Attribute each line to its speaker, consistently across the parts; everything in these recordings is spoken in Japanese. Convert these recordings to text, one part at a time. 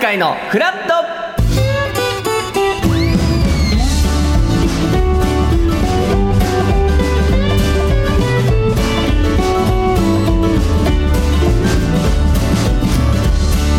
Speaker 1: 回のフラット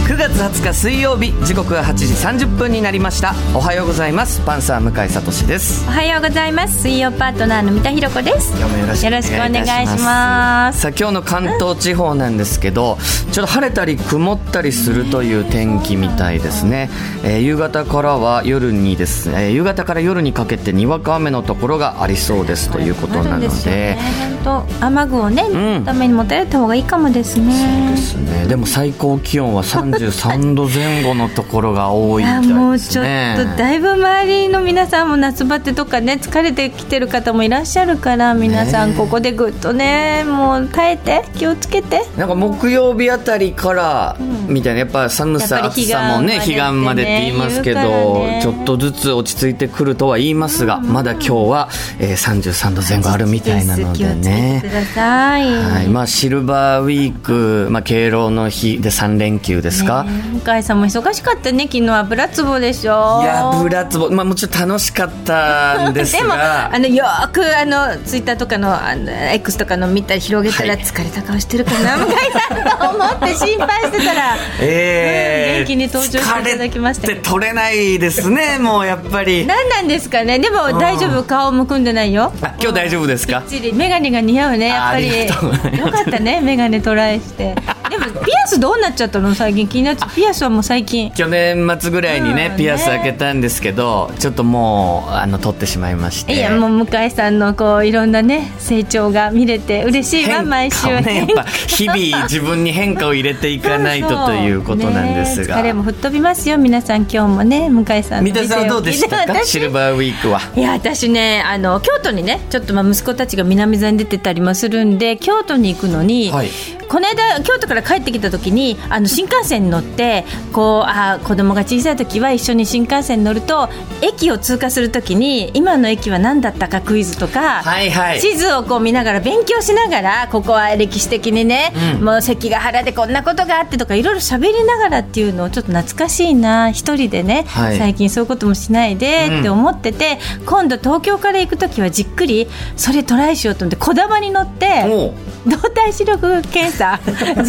Speaker 1: 9月20日水曜日時刻は8時30分になりましたおはようございますパンサー向井聡です
Speaker 2: おはようございます水曜パートナーの三田寛子です
Speaker 1: 今日もよろしくお願いいたします
Speaker 2: します
Speaker 1: さあ今日の関東地方なんですけどちょっと晴れたり曇ったりするという天気みたいですね、えー夕方からは夜にですね、えー夕方から夜にかけてにわか雨のところがありそうですということなので
Speaker 2: そうなんですよね本当雨具をね、ために持ってれた方がいいかもですね
Speaker 1: ですねでも最高気温は33度前後のところが多い
Speaker 2: い
Speaker 1: みた
Speaker 2: や
Speaker 1: い
Speaker 2: もう
Speaker 1: で
Speaker 2: ち
Speaker 1: す
Speaker 2: ょっと
Speaker 1: ね
Speaker 2: だいぶ周りの皆さんも夏バテとかね疲れてきてる方もいらっしゃるから皆さんここでぐっとねもう耐えて気をつけて
Speaker 1: なんか木曜日あたりからみたいなやっぱ寒
Speaker 2: や
Speaker 1: さ
Speaker 2: っぱり
Speaker 1: 暑さもね
Speaker 2: 彼
Speaker 1: 彼
Speaker 2: 岸
Speaker 1: 岸
Speaker 2: ま
Speaker 1: ま
Speaker 2: で
Speaker 1: で
Speaker 2: っ
Speaker 1: ってて
Speaker 2: ね
Speaker 1: 言いますけど、
Speaker 2: 言うからね
Speaker 1: ちょっとずつ落ち着いてくるとは言いますが、まだ今日は、えー、33度前後あるみたいなので
Speaker 2: 気をつけてく
Speaker 1: ね。
Speaker 2: ださい、
Speaker 1: はいまあ、シルバーウィーク、まあ、敬老の日で3連休ですか、
Speaker 2: ね向井さんも忙しかったね昨日油壺でしょ
Speaker 1: いやぶらつぼ、まあ、もちろん楽しかったんです
Speaker 2: でも
Speaker 1: が
Speaker 2: あのよーくあのツイッターとかのあの X とかの見たり広げたら、
Speaker 1: はい
Speaker 2: 疲れた顔してるかな向井さんと思って心配してた ら
Speaker 1: えー
Speaker 2: うん元気に登場していただきました
Speaker 1: 疲
Speaker 2: け
Speaker 1: れ
Speaker 2: ど
Speaker 1: て取れないですねもうやっぱり
Speaker 2: 何なんですかねでも大丈夫顔むくんでないよ
Speaker 1: あ今日大丈夫ですか
Speaker 2: ばっちり眼鏡が似合うねやっぱ
Speaker 1: あ
Speaker 2: り
Speaker 1: ありがとうございます
Speaker 2: よかったね眼鏡トライしてでもピアスどうなっちゃったの最近気になっちゃうピアスはもう最近
Speaker 1: 去年末ぐらいにね、
Speaker 2: うん
Speaker 1: ピアス開けたんですけどちょっともうあの取ってしまいまして
Speaker 2: いやもう向井さんのこういろんなね成長が見れて嬉しい
Speaker 1: 変
Speaker 2: わ
Speaker 1: 化を
Speaker 2: 毎週
Speaker 1: ねやっぱ日々自分に変化を入れていかない
Speaker 2: そうそ
Speaker 1: と
Speaker 2: う
Speaker 1: ということなんですが、
Speaker 2: ねえ疲れも吹っ飛びますよ皆さん今日もね向井さん
Speaker 1: 三
Speaker 2: の
Speaker 1: 田さんはどうでした
Speaker 2: ビデオを聞い
Speaker 1: か
Speaker 2: て
Speaker 1: シルバーウィークはい
Speaker 2: や私ねあの京都にねちょっとまあ息子たちが南座に出てたりもするんで京都に行くのに、
Speaker 1: はい
Speaker 2: この間京都から帰ってきた時にあの新幹線に乗ってこうあー子供が小さい時は一緒に新幹線に乗ると駅を通過する時に今の駅は何だったかクイズとか、
Speaker 1: はいはい
Speaker 2: 地図をこう見ながら勉強しながらここは歴史的にね、
Speaker 1: うん
Speaker 2: もう関ヶ原でこんなことがあってとかいろいろ喋りながらっていうのをちょっと懐かしいな一人でね、
Speaker 1: はい
Speaker 2: 最近そういうこともしないでって思ってて、今度東京から行く時はじっくりそれトライしようと思ってこだまに乗って
Speaker 1: もう
Speaker 2: 動体視力検査自分で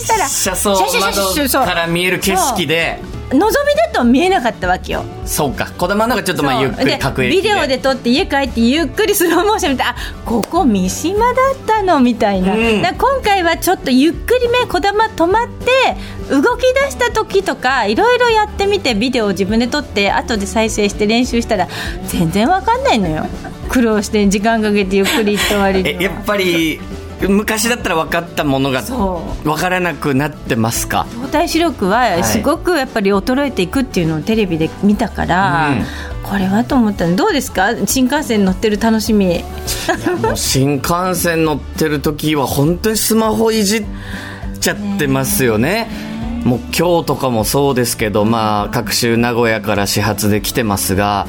Speaker 2: したら
Speaker 1: 車窓
Speaker 2: シャシャシャシャシャ
Speaker 1: 窓
Speaker 2: そう
Speaker 1: から見える景色で
Speaker 2: 望みだと見えなかったわけよ。
Speaker 1: そうか子供の中ちょっとまあ
Speaker 2: そう
Speaker 1: ゆっくり各
Speaker 2: で
Speaker 1: 駅
Speaker 2: ビデオで撮って家帰ってゆっくりスローモーション見てあここ三島だったのみたいな,、
Speaker 1: うん
Speaker 2: だから今回はちょっとゆっくりめこだま止まって動き出した時とかいろいろやってみてビデオを自分で撮って後で再生して練習したら全然わかんないのよ苦労して時間かけてゆっくり行った割
Speaker 1: え
Speaker 2: に
Speaker 1: やっ
Speaker 2: は。
Speaker 1: ぱり昔だったら分かったものが
Speaker 2: そう
Speaker 1: 分からなくなってますか
Speaker 2: 動体視力
Speaker 1: い
Speaker 2: はすごくやっぱり衰えていくっていうのをテレビで見たから、これはと思ったのどうですか新幹線乗ってる楽しみ
Speaker 1: いやもう新幹線乗ってる時は本当にスマホいじっちゃってますよね。もう今日とかもそうですけど、まあ、各週名古屋から始発で来てますが、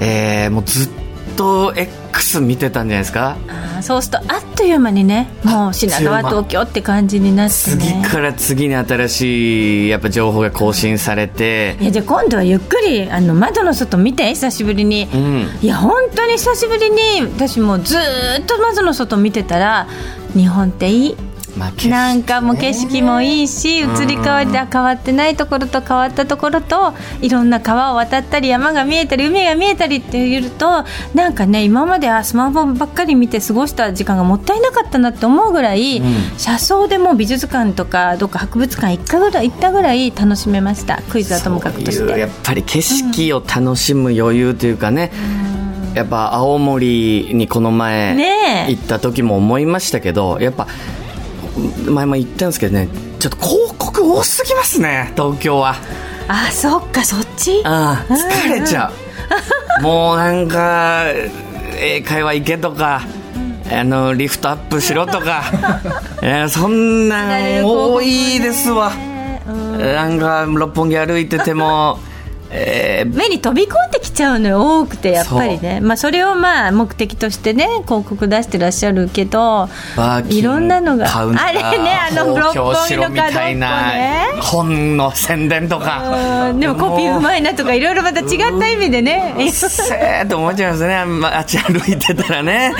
Speaker 1: えー、もうずっと X 見てたんじゃないですか
Speaker 2: あーそうするとあっという間にねもう品川
Speaker 1: 強ま
Speaker 2: 東京って感じになって
Speaker 1: 次
Speaker 2: ね
Speaker 1: から次に新しいやっぱ情報が更新されて
Speaker 2: い、やじゃあ今度はゆっくりあの窓の外見て久しぶりに、
Speaker 1: うん、
Speaker 2: いや本当に久しぶりに私もうずーっと窓の外見てたら日本っていい
Speaker 1: まあ、景色
Speaker 2: なんかもう景色もいいし移り変わりで変わってないところと変わったところといろんな川を渡ったり山が見えたり海が見えたりっていうとなんかね今まであスマホばっかり見て過ごした時間がもったいなかったなって思うぐらい、
Speaker 1: ん
Speaker 2: 車窓でもう美術館とかどっか博物館行ったぐらい行ったぐらい楽しめましたクイズはともかくとし。
Speaker 1: そういうやってぱり景色を楽しむ余裕というかね、やっぱ青森にこの前
Speaker 2: ねえ
Speaker 1: 行った時も思いましたけど、やっぱ前も言ったんですけどねちょっと広告多すぎますね東京は
Speaker 2: あそっかそっち
Speaker 1: ああ疲れちゃう、もうなんか英会話行けとかあのリフトアップしろとか、 えーそんなん多いですわ、
Speaker 2: ねうん
Speaker 1: なんか六本木歩いててもえー
Speaker 2: 目に飛び込んできちゃうのよ多くてやっぱりねまあ、それをまあ目的としてね広告出してらっしゃるけど
Speaker 1: バーキン
Speaker 2: いろんなのが
Speaker 1: カウンター
Speaker 2: あれねあの
Speaker 1: 豊
Speaker 2: 六
Speaker 1: 京
Speaker 2: 本木の
Speaker 1: 城みたい
Speaker 2: 角っこ
Speaker 1: な
Speaker 2: ね
Speaker 1: 本の宣伝とか
Speaker 2: うんでもコピーう
Speaker 1: い
Speaker 2: まいなとかいろいろまた違った意味でね
Speaker 1: うっせーと思っちゃいますねあんまあっ ち歩いてたらね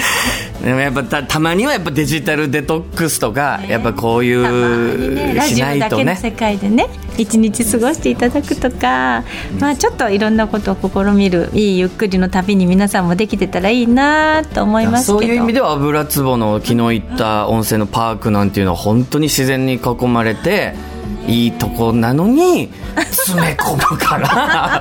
Speaker 1: でもやっぱたたまにはやっぱデジタルデトックスとか、やっぱこうい
Speaker 2: たまにね
Speaker 1: う
Speaker 2: ラ
Speaker 1: し
Speaker 2: ジオ
Speaker 1: ない
Speaker 2: だ
Speaker 1: と
Speaker 2: けの
Speaker 1: ね
Speaker 2: 世界でね一日過ごしていただくとか、まあ、ちょっといろんなことを試みるいいゆっくりの旅に皆さんもできてたらいいなと思いますけど
Speaker 1: そういう意味では油壺の昨日行った温泉のパークなんていうのは本当に自然に囲まれていいとこなのに詰め込むから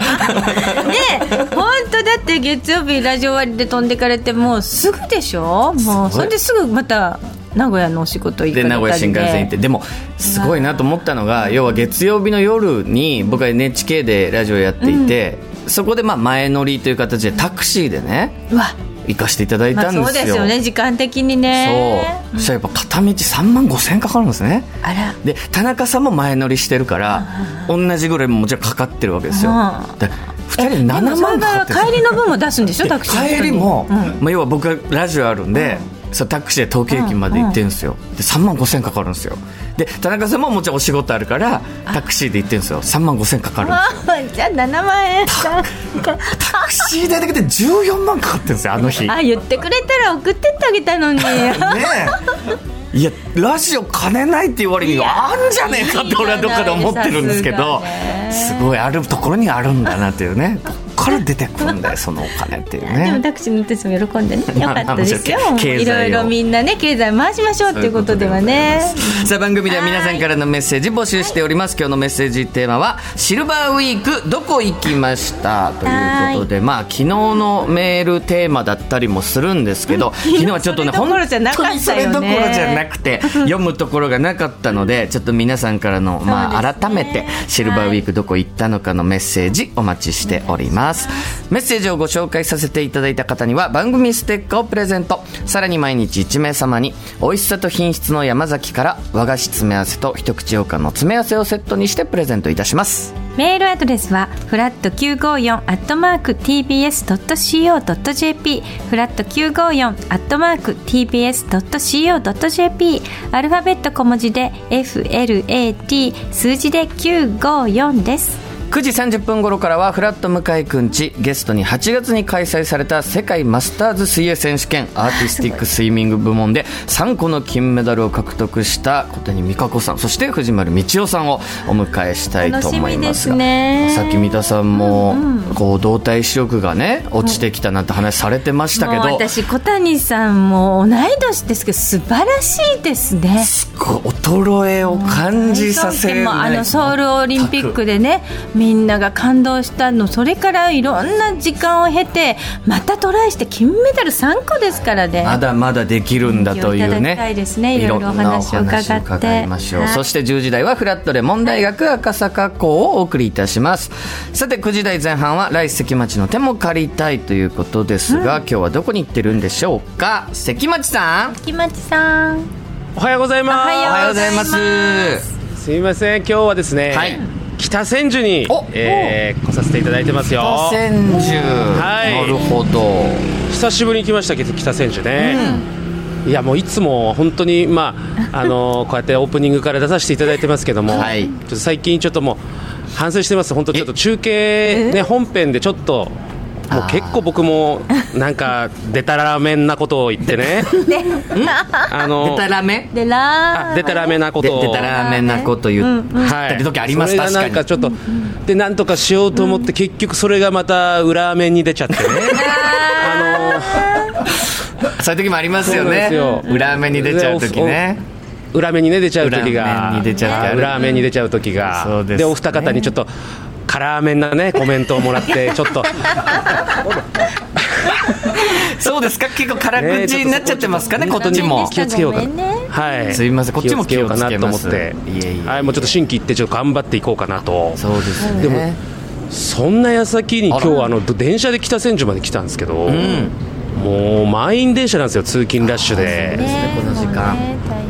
Speaker 2: で本当だって月曜日ラジオ終わりで飛んでかれてもうすぐでしょもう
Speaker 1: すごい
Speaker 2: それですぐまた名古屋のお仕事行か
Speaker 1: で
Speaker 2: れたり
Speaker 1: 名古屋新幹線行ってでもすごいなと思ったのが要は月曜日の夜に僕は NHK でラジオやっていて、そこでまあ前乗りという形でタクシーでね
Speaker 2: うわ
Speaker 1: 行かせていただい
Speaker 2: ま
Speaker 1: た
Speaker 2: あ
Speaker 1: んですよ、
Speaker 2: そうですよね時間的にね
Speaker 1: そうそしたらやっぱ片道3万5千円かかるんですね
Speaker 2: あら
Speaker 1: で田中さんも前乗りしてるから同じぐらいもちろんかかってるわけですよ
Speaker 2: うん
Speaker 1: で2人で
Speaker 2: でも
Speaker 1: 7
Speaker 2: その
Speaker 1: 万
Speaker 2: 場
Speaker 1: か
Speaker 2: 合
Speaker 1: か
Speaker 2: は
Speaker 1: ってるんで
Speaker 2: 帰
Speaker 1: す
Speaker 2: り
Speaker 1: よ
Speaker 2: の分も出すんでしょタクシーの人に
Speaker 1: 帰りも、
Speaker 2: うん
Speaker 1: まあ、要は僕はラジオあるんで、そうタクシーで東京駅まで行ってるんですよ、で3万5000かかるんですよで田中さんももちろんお仕事あるからタクシーで行ってるんですよ3万5000かかるんですよ
Speaker 2: あじゃあ7万円
Speaker 1: タクシー代だけで14万かかってるんですよあの日ね
Speaker 2: あ言ってくれたら送ってってあげ たのに
Speaker 1: えいやラジオ金ないって言われにはあんじゃねえかって俺はどっかで思ってるんですけ ど
Speaker 2: いいじゃないです
Speaker 1: す
Speaker 2: か
Speaker 1: ごいあるところにあるんだなっていうねどっから出てくるんだよそのお金っていう
Speaker 2: でも
Speaker 1: ね
Speaker 2: タクシーの運転手も喜ん でねよかったですよ
Speaker 1: まあまあ経済を
Speaker 2: いろいろみんなね経済回しましょうっていうことではね
Speaker 1: さあ番組では皆さんからのメッセージ募集しております今日のメッセージテーマは「シルバーウィークどこ行きました?」ということでまあ昨日のメールテーマだったりもするんですけど昨日はちょっとね
Speaker 2: それどころじゃ
Speaker 1: 本
Speaker 2: なか
Speaker 1: 当
Speaker 2: ったよ
Speaker 1: に
Speaker 2: ね
Speaker 1: それどころじゃなくて読むところがなかったのでちょっと皆さんからのま
Speaker 2: そう
Speaker 1: あ
Speaker 2: ですね
Speaker 1: 改めてシルバーウィークどこ行ったのかのメッセージお待ちしておりますメッセージをご紹介させていただいた方には番組ステッカーをプレゼントさらに毎日1名様に美味しさと品質の山崎から和菓子詰め合わせと一口羊羹の詰め合わせをセットにしてプレゼントいたします
Speaker 2: メールアドレスはフラット9 5 4アットマーク tbs ドット co ドット jp フラット9 5 4アットマーク tbs ドット co ドット jp アルファベット小文字で flat 数字で954です。
Speaker 1: 9時30分頃からはフラット向井くんちゲストに8月に開催された世界マスターズ水泳選手権アーティスティックスイミング部門で3個の金メダルを獲得した小谷美香子さんそして藤丸道夫さんをお迎えしたいと思いますが
Speaker 2: 楽しみですね
Speaker 1: さっき三田さんも、こう動体視力がね落ちてきたなんて話されてましたけ
Speaker 2: もう
Speaker 1: ど、
Speaker 2: 私小谷さんも同い年ですけど素晴らしいですね。
Speaker 1: すごい衰えを感じさせ
Speaker 2: もう
Speaker 1: な
Speaker 2: あ
Speaker 1: い
Speaker 2: のソウルオリンピックでねみんなが感動したのそれからいろんな時間を経てまたトライして金メダル3個ですからね。
Speaker 1: まだまだできるんだという
Speaker 2: 勉強いただき
Speaker 1: ね
Speaker 2: たいですねいろいろお話を伺って
Speaker 1: いろんなお話を伺いましょう、
Speaker 2: はい
Speaker 1: そして10時台はフラットレモン大学赤坂校をお送りいたしますさて9時台前半は来関町の手も借りたいということですが、今日はどこに行ってるんでしょうか関町さん
Speaker 2: 木町さん
Speaker 3: おはようございます。
Speaker 2: お
Speaker 1: おはようございます
Speaker 2: おは
Speaker 3: すみません、今日はですね、
Speaker 1: はい
Speaker 3: 北千住に
Speaker 1: お、
Speaker 3: えー来させていただいてますよ。
Speaker 1: 北千住、
Speaker 3: はい
Speaker 1: なるほど
Speaker 3: 久しぶりに来ましたけど、北千住ね。いやもういつも本当に、まああのーこうやってオープニングから出させていただいてますけども、
Speaker 1: はい
Speaker 3: ちょっと最近、ちょっともう反省してます、本当、ちょっと中継、ね、本編でちょっと、もう結構僕もなんか、でたらめんなことを言っ てね、あ
Speaker 1: で
Speaker 3: の
Speaker 1: たらめ
Speaker 2: でら
Speaker 3: あでたらめなこ
Speaker 1: で
Speaker 3: とを
Speaker 1: でたらめなこと言ってる時あります、
Speaker 3: それがな
Speaker 1: 確
Speaker 3: ん
Speaker 1: か
Speaker 3: か
Speaker 1: に
Speaker 3: ちょっとでなんとかしようと思って、結局それがまた裏面に出ちゃってねあ
Speaker 1: そういう時もありますよね
Speaker 3: そうなんですよ
Speaker 1: 裏目に出ちゃう時ね
Speaker 3: の裏面にね出ちゃう時
Speaker 1: 裏
Speaker 3: が
Speaker 1: 面に出ちゃう時ある
Speaker 3: 裏面に出ちゃう時が
Speaker 1: そうですね
Speaker 3: でお二方にちょっと辛麺なねコメントをもら ってちょっと
Speaker 1: そうですか結構辛口になっちゃってますかね
Speaker 3: ね
Speaker 1: こっちも
Speaker 3: 気をつけようか
Speaker 2: ごめんね
Speaker 3: はい
Speaker 1: すいませんこっちも気をつけます
Speaker 3: かなと思って
Speaker 1: いえいえ
Speaker 3: はいもうちょっと心機一転ちょっと頑張っていこうかなと
Speaker 1: そうですね
Speaker 3: でもそんな矢先に今日
Speaker 1: あら
Speaker 3: あのど電車で北千住まで来たんですけど、
Speaker 1: ん
Speaker 3: もう満員電車なんですよ通勤ラッシュで
Speaker 1: この時間
Speaker 2: ね大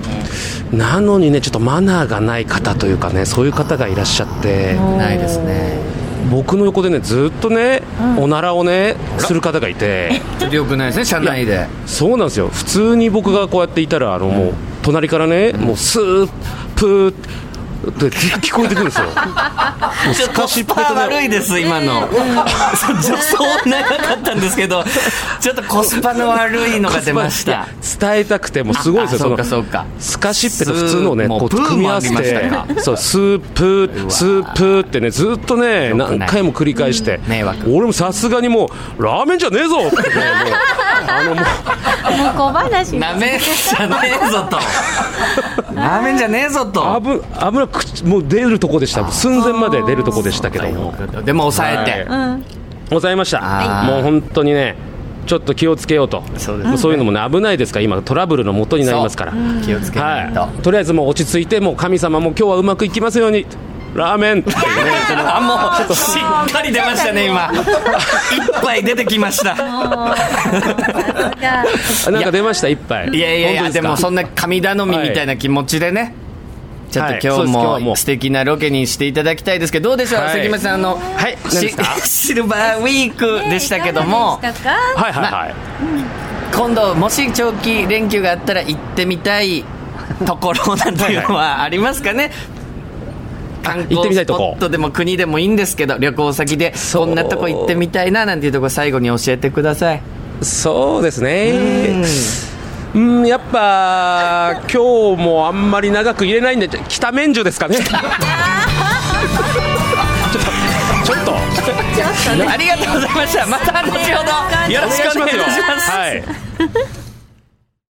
Speaker 2: 変
Speaker 3: なのにねちょっとマナーがない方というかねそういう方がいらっしゃって
Speaker 1: ないですね
Speaker 3: 僕の横でねずっとね、おならをねする方がいて
Speaker 1: ちょっとよくないですね、車内で。
Speaker 3: そうなんですよ普通に僕がこうやっていたらあのもう隣からね、もうスープーって聞こえてくるん ですよ
Speaker 1: ちょっとコスパ悪いです、今の。そう助走長かったんですけど、ちょっとコスパの悪いのが出ました。
Speaker 3: 伝えたくてもうすごいです
Speaker 1: あ
Speaker 3: よ
Speaker 1: そうかそうか
Speaker 3: スカシッペと普通のをね
Speaker 1: スー
Speaker 3: こう
Speaker 1: もうプー
Speaker 3: 組み合わせ
Speaker 1: もありま
Speaker 3: て
Speaker 1: したか
Speaker 3: そうスープースープーってねずっとね
Speaker 1: くない
Speaker 3: 何回も繰り返して
Speaker 1: 迷惑
Speaker 3: 俺もさすがにもうラーメンじゃねえぞ ってねもう
Speaker 2: もう小話
Speaker 1: なめんじゃねえぞと。なめんじゃねえぞと。
Speaker 3: 危危なくもう出るとこでした寸前まで出るとこでしたけども
Speaker 1: でも抑えて。
Speaker 3: はい抑えました
Speaker 1: あー
Speaker 3: もう本当にねちょっと気をつけようと
Speaker 1: そうですね
Speaker 3: もうそういうのもね危ないですから今トラブルの元になりますから
Speaker 1: そう気をつけないと
Speaker 3: はい、とりあえずもう落ち着いてもう神様も今日はうまくいきますようにラーメンっていうね
Speaker 1: あ、もう、しっかり出ましたね、今。一杯出てきました。
Speaker 2: が
Speaker 3: なんか出ました一杯
Speaker 1: いやいやいや、
Speaker 3: 本当す
Speaker 1: で
Speaker 3: か
Speaker 1: もそんな神頼みみたいな気持ちでね。ちょっと
Speaker 3: はいそ
Speaker 1: 今
Speaker 3: うです今日は
Speaker 1: 日
Speaker 3: も
Speaker 1: も
Speaker 3: う
Speaker 1: 素敵なロケにしていただきたいですけど、どうでしょう、
Speaker 3: はい
Speaker 1: 関町さん、あの、
Speaker 3: はい何で
Speaker 1: シ
Speaker 3: すか
Speaker 1: シルバーウィークでしたけども
Speaker 2: い、かがでしたか
Speaker 3: はいはいはい、
Speaker 1: 今度、もし長期連休があったら行ってみたいところなんていうのはありますかね観
Speaker 3: 行っ
Speaker 1: 光
Speaker 3: てみた
Speaker 1: ス
Speaker 3: いと
Speaker 1: ポ
Speaker 3: こ
Speaker 1: ットでも国でもいいんですけど旅行先で
Speaker 3: そう
Speaker 1: こんなとこ行ってみたいななんていうとこ最後に教えてください
Speaker 3: そうですねうんやっぱ今日もあんまり長く入れないんでじゃ北免除ですかね ちょっとちょっと
Speaker 1: ありがとうございましたまた後ほど
Speaker 3: よ
Speaker 1: よ
Speaker 3: ろ
Speaker 1: ろ
Speaker 3: し
Speaker 1: し
Speaker 3: く
Speaker 1: く
Speaker 3: お
Speaker 1: お
Speaker 3: 願
Speaker 1: 願
Speaker 3: い
Speaker 1: い
Speaker 3: し
Speaker 1: し
Speaker 3: ま。
Speaker 1: ますす
Speaker 3: はい